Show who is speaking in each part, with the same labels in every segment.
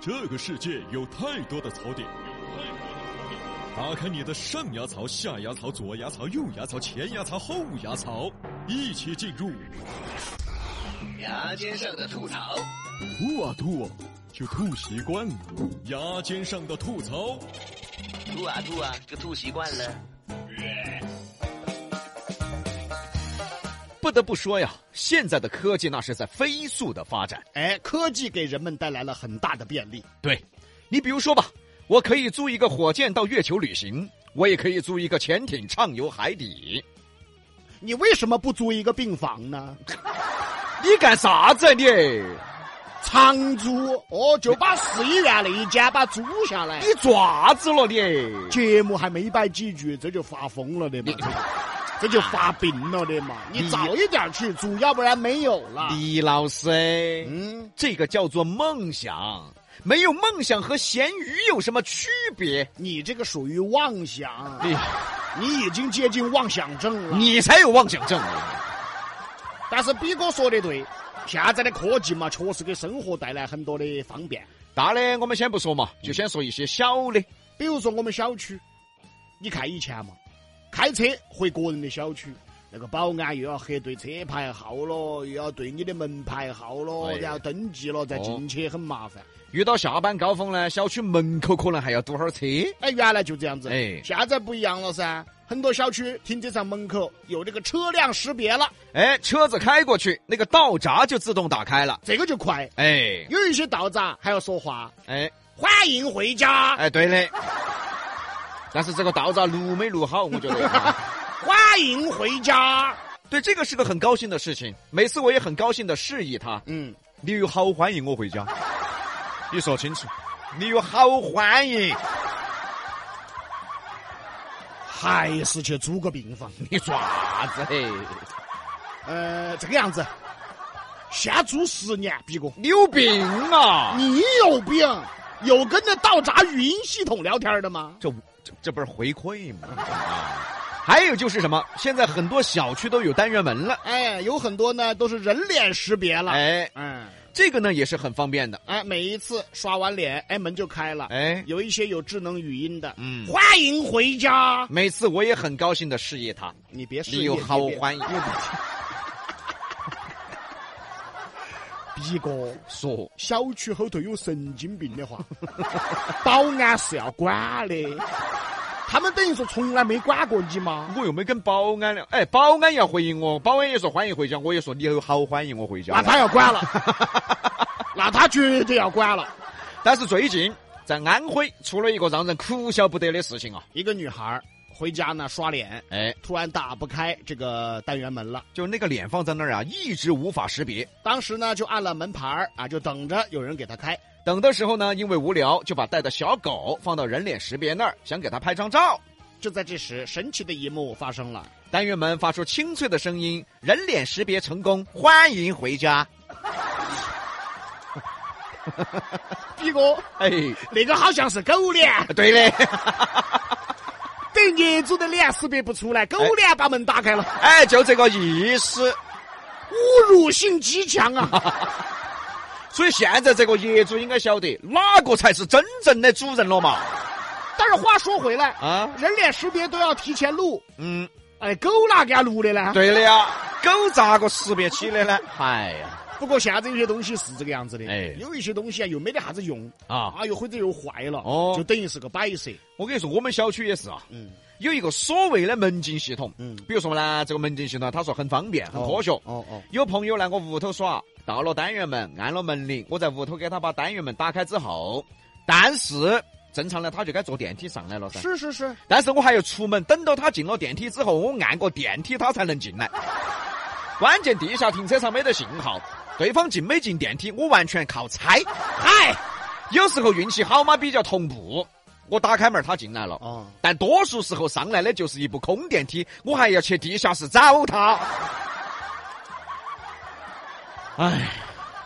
Speaker 1: 这个世界有太多的槽点，打开你的上牙槽、下牙槽、左牙槽、右牙槽、前牙槽、后牙槽，一起进入
Speaker 2: 牙尖上的吐槽，
Speaker 1: 吐啊吐啊，就吐习惯了。牙尖上的吐槽，
Speaker 2: 吐啊吐啊，就吐习惯了。
Speaker 3: 不得不说呀，现在的科技那是在飞速的发展。
Speaker 4: 哎，科技给人们带来了很大的便利。
Speaker 3: 对，你比如说吧，我可以租一个火箭到月球旅行，我也可以租一个潜艇畅游海底。
Speaker 4: 你为什么不租一个病房呢？
Speaker 3: 你干啥子啊你？
Speaker 4: 长租哦，就把市医院那一间把租下来。
Speaker 3: 你爪子了你？
Speaker 4: 节目还没摆几句，这就发疯了的嘛， 这就发病了的嘛。你早一点去租，要不然没有了。
Speaker 3: 李老师，
Speaker 4: 嗯，
Speaker 3: 这个叫做梦想。没有梦想和咸鱼有什么区别？
Speaker 4: 你这个属于妄想，
Speaker 3: 你
Speaker 4: 你已经接近妄想症了。
Speaker 3: 你才有妄想症啊！
Speaker 4: 但是比哥说的对，现在的科技嘛，确实给生活带来很多的方便。
Speaker 3: 大的我们先不说嘛，就先说一些小的。
Speaker 4: 比如说我们小区，你看以前嘛，开车回个人的小区，那个保安又要核对车牌号咯，又要对你的门牌号咯，
Speaker 3: 哎
Speaker 4: 然后登记了再
Speaker 3: 哦
Speaker 4: 进去，很麻烦。
Speaker 3: 遇到下班高峰呢，小区门口可能还要堵会儿车。
Speaker 4: 哎，原来就这样子，
Speaker 3: 哎
Speaker 4: 现在不一样了噻。很多小区停车场门口有这个车辆识别了，
Speaker 3: 哎，车子开过去，那个道闸就自动打开了。
Speaker 4: 这个就快。
Speaker 3: 哎
Speaker 4: 有一些道闸还要说话，
Speaker 3: 哎
Speaker 4: 欢迎回家，
Speaker 3: 哎，对的。但是这个道闸录没录好，我觉得、 啊
Speaker 4: 欢迎回家。
Speaker 3: 对这个是个很高兴的事情。每次我也很高兴的示意他，
Speaker 4: 嗯，
Speaker 3: 你有好欢迎我回家，你说清楚，你有好欢迎，
Speaker 4: 还是去租个病房。
Speaker 3: 你爪子嘿，
Speaker 4: 呃，这个样子，先租十年，毕哥，
Speaker 3: 你有病啊！
Speaker 4: 你有病？有跟那道闸语音系统聊天的吗？
Speaker 3: 这这这不是回馈吗？还有就是什么，现在很多小区都有单元门了，
Speaker 4: 哎，有很多呢，都是人脸识别了。哎，
Speaker 3: 哎，
Speaker 4: 嗯，
Speaker 3: 这个呢也是很方便的，
Speaker 4: 哎，每一次刷完脸，哎，门就开了。
Speaker 3: 哎，
Speaker 4: 有一些有智能语音的，
Speaker 3: 嗯
Speaker 4: 欢迎回家。
Speaker 3: 每次我也很高兴的示意他，
Speaker 4: 你别试，
Speaker 3: 你有好欢迎，
Speaker 4: 逼哥，
Speaker 3: 说
Speaker 4: 小区后头有神经病的话， 保安是要管的。他们等于说从来没管过你吗？
Speaker 3: 我又没跟保安聊，哎，保安要回应我，保安也说欢迎回家，我也说你有好欢迎我回家
Speaker 4: 那。他要管了，那他绝对要管了。
Speaker 3: 但是最近在安徽出了一个让人哭笑不得的事情啊，
Speaker 4: 一个女孩儿回家呢刷脸，
Speaker 3: 哎，
Speaker 4: 突然打不开这个单元门了。
Speaker 3: 就那个脸放在那儿啊，一直无法识别。
Speaker 4: 当时呢就按了门牌儿啊，就等着有人给她开。
Speaker 3: 等的时候呢，因为无聊，就把带的小狗放到人脸识别那儿，想给它拍张照。
Speaker 4: 就在这时，神奇的一幕发生了。
Speaker 3: 单元门发出清脆的声音，人脸识别成功，欢迎回家。
Speaker 4: 逼哥，
Speaker 3: 哎，
Speaker 4: 那个好像是狗脸，
Speaker 3: 对嘞，
Speaker 4: 等业主的脸识别不出来，狗脸把门打开了，
Speaker 3: 哎，就这个意思。
Speaker 4: 侮辱性极强啊！
Speaker 3: 所以现在这个业主应该晓得哪个才是真正的主人了嘛？
Speaker 4: 但是话说回来，
Speaker 3: 啊，
Speaker 4: 人脸识别都要提前录，
Speaker 3: 嗯，
Speaker 4: 哎，狗哪给它录的呢？
Speaker 3: 对的呀，狗咋个识别起的呢？哎呀，
Speaker 4: 不过现在有些东西是这个样子的，
Speaker 3: 哎
Speaker 4: 有一些东西啊又没得啥子用
Speaker 3: 啊，
Speaker 4: 啊，又或者又坏了，
Speaker 3: 哦
Speaker 4: 就等于是个摆设。
Speaker 3: 我跟你说，我们小区也是啊，
Speaker 4: 嗯
Speaker 3: 有一个所谓的门禁系统，
Speaker 4: 嗯，
Speaker 3: 比如说呢，这个门禁系统，他说很方便，很科学。
Speaker 4: 哦哦，
Speaker 3: 有朋友来我屋头耍，到了单元门，按了门铃，我在屋头给他把单元门打开之后，但是正常的他就该坐电梯上来了噻。
Speaker 4: 是是是，
Speaker 3: 但是我还要出门，等到他进了电梯之后，我按过电梯，他才能进来。关键地下停车场没得信号，对方进没进电梯，我完全靠猜。
Speaker 4: 嗨，
Speaker 3: 有时候运气好嘛，比较同步，我打开门他进来了。
Speaker 4: 哦，
Speaker 3: 但多数时候上来的就是一部空电梯，我还要去地下室找他。哎，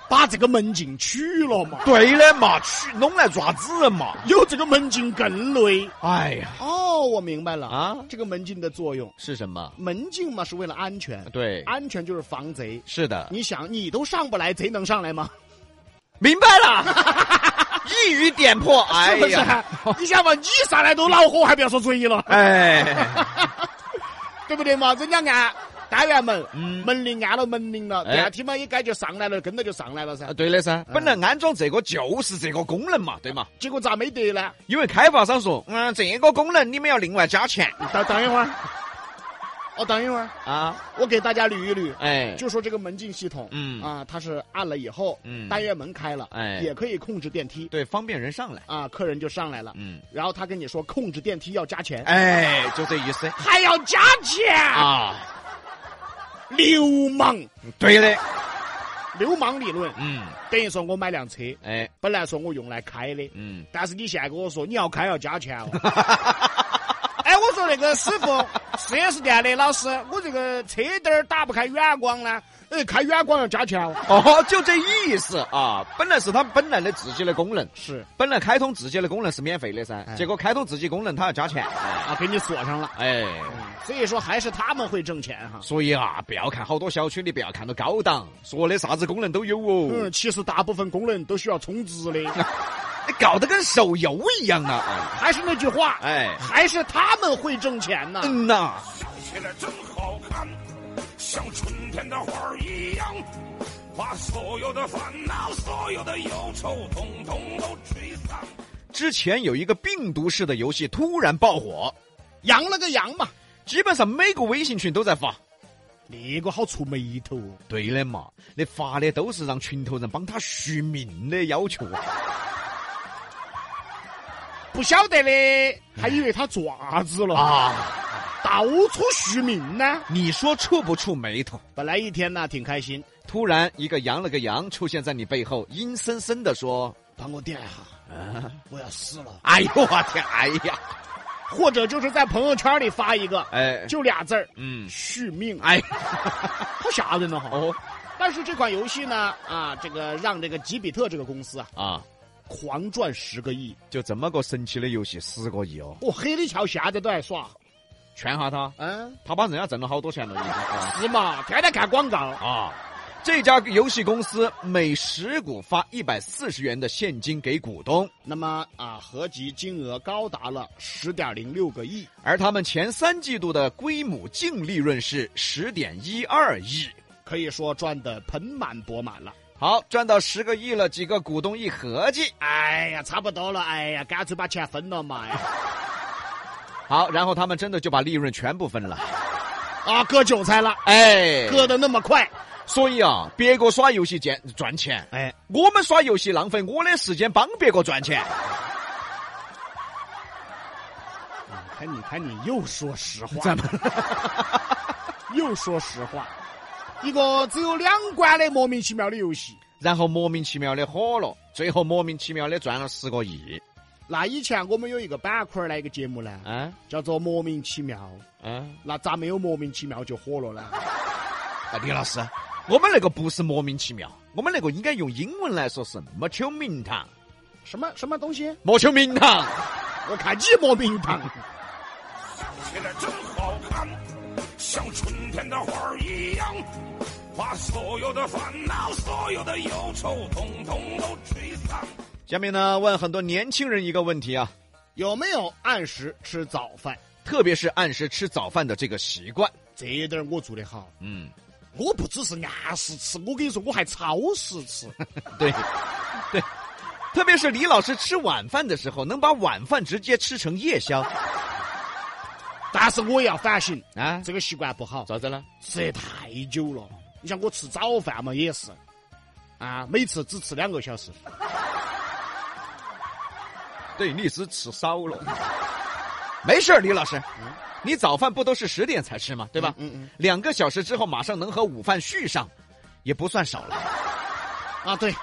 Speaker 4: 把这个门禁取了嘛，
Speaker 3: 对的嘛，去弄来爪子嘛。
Speaker 4: 有这个门禁更累。
Speaker 3: 哎呀，
Speaker 4: 哦，我明白了
Speaker 3: 啊
Speaker 4: 这个门禁的作用，
Speaker 3: 是什么？
Speaker 4: 门禁嘛是为了安全，
Speaker 3: 对，
Speaker 4: 安全就是防贼。
Speaker 3: 是的，
Speaker 4: 你想，你都上不来，贼能上来吗？
Speaker 3: 明白了，一地狱点破，哎
Speaker 4: 是 不是
Speaker 3: 呀，？
Speaker 4: 你想嘛，你上来都恼火，还不要说嘴了，
Speaker 3: 哎，
Speaker 4: 对不对嘛？人家按单元门，
Speaker 3: 嗯
Speaker 4: 门铃按了门铃了，
Speaker 3: 哎
Speaker 4: 电梯嘛也该就上来了，跟着就上来了噻
Speaker 3: 啊。对的噻，本来安装这个就是这个功能嘛，对嘛？
Speaker 4: 结果咋没得呢？
Speaker 3: 因为开发商说，嗯，这个功能你们要另外加钱
Speaker 4: 等等一会儿，哦，等一会儿，
Speaker 3: 啊，
Speaker 4: 我给大家捋一捋。
Speaker 3: 哎，
Speaker 4: 就说这个门禁系统，
Speaker 3: 嗯
Speaker 4: 啊，它是按了以后，
Speaker 3: 嗯
Speaker 4: 单元门开了，
Speaker 3: 哎
Speaker 4: 也可以控制电梯，
Speaker 3: 对，方便人上来，
Speaker 4: 啊，客人就上来了，
Speaker 3: 嗯，
Speaker 4: 然后他跟你说控制电梯要加钱，
Speaker 3: 哎，就这意思
Speaker 4: 还要加钱，
Speaker 3: 啊，
Speaker 4: 流氓，
Speaker 3: 对的，
Speaker 4: 流氓理论，
Speaker 3: 嗯，
Speaker 4: 等于说我买辆车，
Speaker 3: 哎，
Speaker 4: 本来说我用来开的，
Speaker 3: 嗯，
Speaker 4: 但是你现在跟我说你要开要加 钱哦。哎，我说那个师傅，四 S 店的老师，我这个车灯儿打不开远光呢，哎，开远光要加钱哦。
Speaker 3: 哦，就这意思啊，本来是他本来的自己的功能。
Speaker 4: 是
Speaker 3: 本来开通自己的功能是免费的噻，
Speaker 4: 哎
Speaker 3: 结果开通自己功能他要加钱。
Speaker 4: 啊，给你锁上了。
Speaker 3: 哎，
Speaker 4: 所以说还是他们会挣钱哈。
Speaker 3: 所以啊，不要看好多小区，你不要看到高档，说的啥子功能都有哦
Speaker 4: 嗯，，其实大部分功能都需要充值的，
Speaker 3: 哎搞得跟手游一样啊！
Speaker 4: 还是那句话，
Speaker 3: 哎
Speaker 4: 还是他们会挣钱呢。
Speaker 3: 嗯呐，
Speaker 5: 起来真好看，像春天的花儿一样，把所有的烦恼、所有的忧愁，统统都吹散。
Speaker 3: 之前有一个病毒式的游戏突然爆火，
Speaker 4: 羊了个羊嘛，
Speaker 3: 基本上每个微信群都在发。
Speaker 4: 那个好触眉头哦。
Speaker 3: 对的嘛，你发的都是让群头人帮他续命的要求啊。
Speaker 4: 不晓得的还以为他爪子了，
Speaker 3: 啊
Speaker 4: 到处续命呢。
Speaker 3: 你说触不触眉头？
Speaker 4: 本来一天呢挺开心，
Speaker 3: 突然一个羊了个羊出现在你背后，阴森森的说
Speaker 4: 帮我点一下，：“
Speaker 3: 啊
Speaker 4: 我要死了。：“
Speaker 3: 哎呦我天，哎呀！”
Speaker 4: 或者就是在朋友圈里发一个，
Speaker 3: 哎，
Speaker 4: 就俩字儿
Speaker 3: 嗯，
Speaker 4: 续命，
Speaker 3: 哎，
Speaker 4: 好吓人了哈。
Speaker 3: 哦
Speaker 4: 但是这款游戏呢，啊，这个让这个吉比特这个公司啊，
Speaker 3: 啊，
Speaker 4: 狂赚十个亿。
Speaker 3: 就这么个神奇的游戏，十个亿哦！
Speaker 4: 哦，黑的桥现在都还耍，
Speaker 3: 劝下他，
Speaker 4: 嗯，
Speaker 3: 他把人家挣了好多钱了，已 经啊
Speaker 4: 是嘛？天天看广告，
Speaker 3: 啊！这家游戏公司每十股发一百四十元的现金给股东，
Speaker 4: 那么啊，合计金额高达了十点零六个亿，
Speaker 3: 而他们前三季度的归母净利润是十点一二亿。
Speaker 4: 可以说赚得盆满钵满了。
Speaker 3: 好，赚到十个亿了，几个股东一合计，
Speaker 4: 哎呀，差不多了，哎呀，干脆把钱分了嘛。哎
Speaker 3: 好，然后他们真的就把利润全部分了。
Speaker 4: 啊，割韭菜了，
Speaker 3: 哎，
Speaker 4: 割的那么快，
Speaker 3: 所以啊，别个耍游戏赚赚钱，
Speaker 4: 哎，
Speaker 3: 我们耍游戏浪费我的时间，帮别个赚钱。
Speaker 4: 哎看你看你又说实话，
Speaker 3: 怎么？
Speaker 4: 又说实话，一个只有两关的莫名其妙的游戏。
Speaker 3: 然后莫名其妙的火了，最后莫名其妙的赚了十个亿。
Speaker 4: 那以前我们有一个板块儿的一个节目呢，
Speaker 3: 啊
Speaker 4: 叫做莫名其妙。
Speaker 3: 啊！
Speaker 4: 那咋没有莫名其妙就火了呢？
Speaker 3: 哎李老师，我们那个不是莫名其妙，我们那个应该用英文来说是莫求名堂，
Speaker 4: 什么什么东西？
Speaker 3: 莫求名堂。
Speaker 4: 我看你莫名堂。
Speaker 5: 起来真好看，像春天的花儿一样，把所有的烦恼、所有的忧愁，统统都吹散。
Speaker 3: 下面呢，问很多年轻人一个问题啊，
Speaker 4: 有没有按时吃早饭？
Speaker 3: 特别是按时吃早饭的这个习惯。
Speaker 4: 这一点儿我做得好。
Speaker 3: 嗯，
Speaker 4: 我不只是按时吃，我跟你说，我还超时吃。
Speaker 3: 对，对，特别是李老师吃晚饭的时候，能把晚饭直接吃成夜宵
Speaker 4: 但是我也要反省，
Speaker 3: 啊？
Speaker 4: 这个习惯不好，
Speaker 3: 咋子呢？
Speaker 4: 吃得太久了。你像我吃早饭嘛，也是，啊，每次只吃两个小时。
Speaker 3: 对，你是吃少了。 没事儿，李老师，你早饭不都是十点才吃吗？对吧？
Speaker 4: 嗯嗯嗯
Speaker 3: 两个小时之后马上能和午饭续上，也不算少了。
Speaker 4: 啊，对，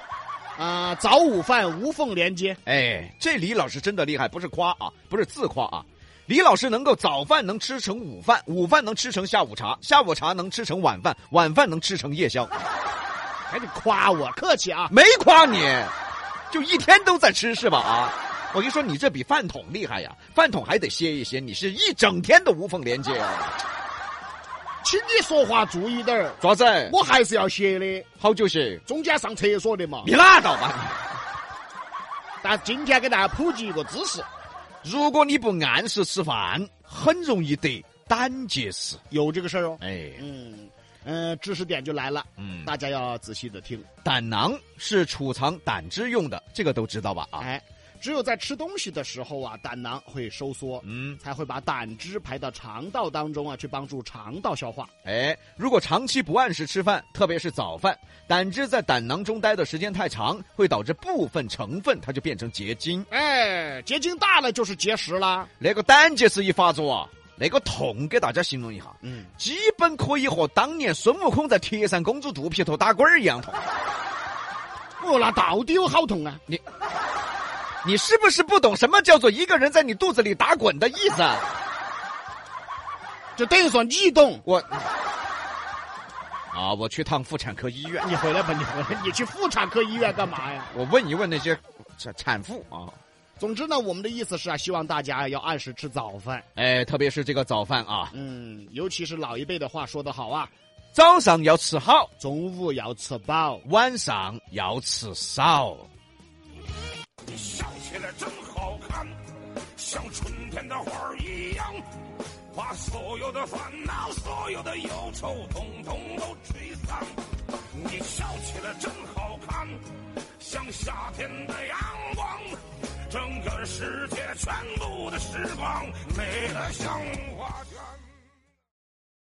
Speaker 4: 啊，早午饭无缝连接。
Speaker 3: 哎，这李老师真的厉害，不是夸啊，不是自夸啊。李老师能够早饭能吃成午饭，午饭能吃成下午茶，下午茶能吃成晚饭，晚饭能吃成夜宵。
Speaker 4: 还得夸我，客气啊！
Speaker 3: 没夸你，就一天都在吃是吧？啊，我跟你说，你这比饭桶厉害呀，饭桶还得歇一歇，你是一整天都无缝连接啊。
Speaker 4: 请你说话注意点儿，
Speaker 3: 爪子，
Speaker 4: 我还是要歇的，
Speaker 3: 好久歇。
Speaker 4: 中间上厕所的嘛。
Speaker 3: 你拉倒吧！
Speaker 4: 但今天给大家普及一个知识，
Speaker 3: 如果你不按时吃饭，很容易得胆结石。
Speaker 4: 有这个事儿哦。
Speaker 3: 哎，
Speaker 4: 嗯嗯、呃知识点就来了，
Speaker 3: 嗯，
Speaker 4: 大家要仔细的听。
Speaker 3: 胆囊是储藏胆汁用的，这个都知道吧？啊，
Speaker 4: 哎，只有在吃东西的时候啊，胆囊会收缩，
Speaker 3: 嗯，
Speaker 4: 才会把胆汁排到肠道当中啊，去帮助肠道消化。
Speaker 3: 哎，如果长期不按时吃饭，特别是早饭，胆汁在胆囊中待的时间太长，会导致部分成分它就变成结晶。
Speaker 4: 哎，结晶大了就是结石啦。
Speaker 3: 那个胆结石一发作啊，那个痛给大家形容一下，
Speaker 4: 嗯，
Speaker 3: 基本可以和当年孙悟空在铁扇公主肚皮头打滚儿一样痛。
Speaker 4: 哦，那到底有好痛啊？
Speaker 3: 你是不是不懂什么叫做一个人在你肚子里打滚的意思啊？
Speaker 4: 就等于说你懂。
Speaker 3: 我啊，我去趟妇产科医院，
Speaker 4: 你回来吧，你回来，你去妇产科医院干嘛呀？
Speaker 3: 我问一问那些产产妇啊，
Speaker 4: 总之呢，我们的意思是啊，希望大家要按时吃早饭。
Speaker 3: 哎，特别是这个早饭啊，
Speaker 4: 嗯，尤其是老一辈的话说得好啊，
Speaker 3: 早上要吃好，
Speaker 4: 中午要吃饱。
Speaker 3: 晚上要吃少。
Speaker 5: 你笑起来真好看，像春天的花儿一样，把所有的烦恼、所有的忧愁，统统都吹散。你笑起来真好看，像夏天的阳光，整个世界全部的时光美得像画卷。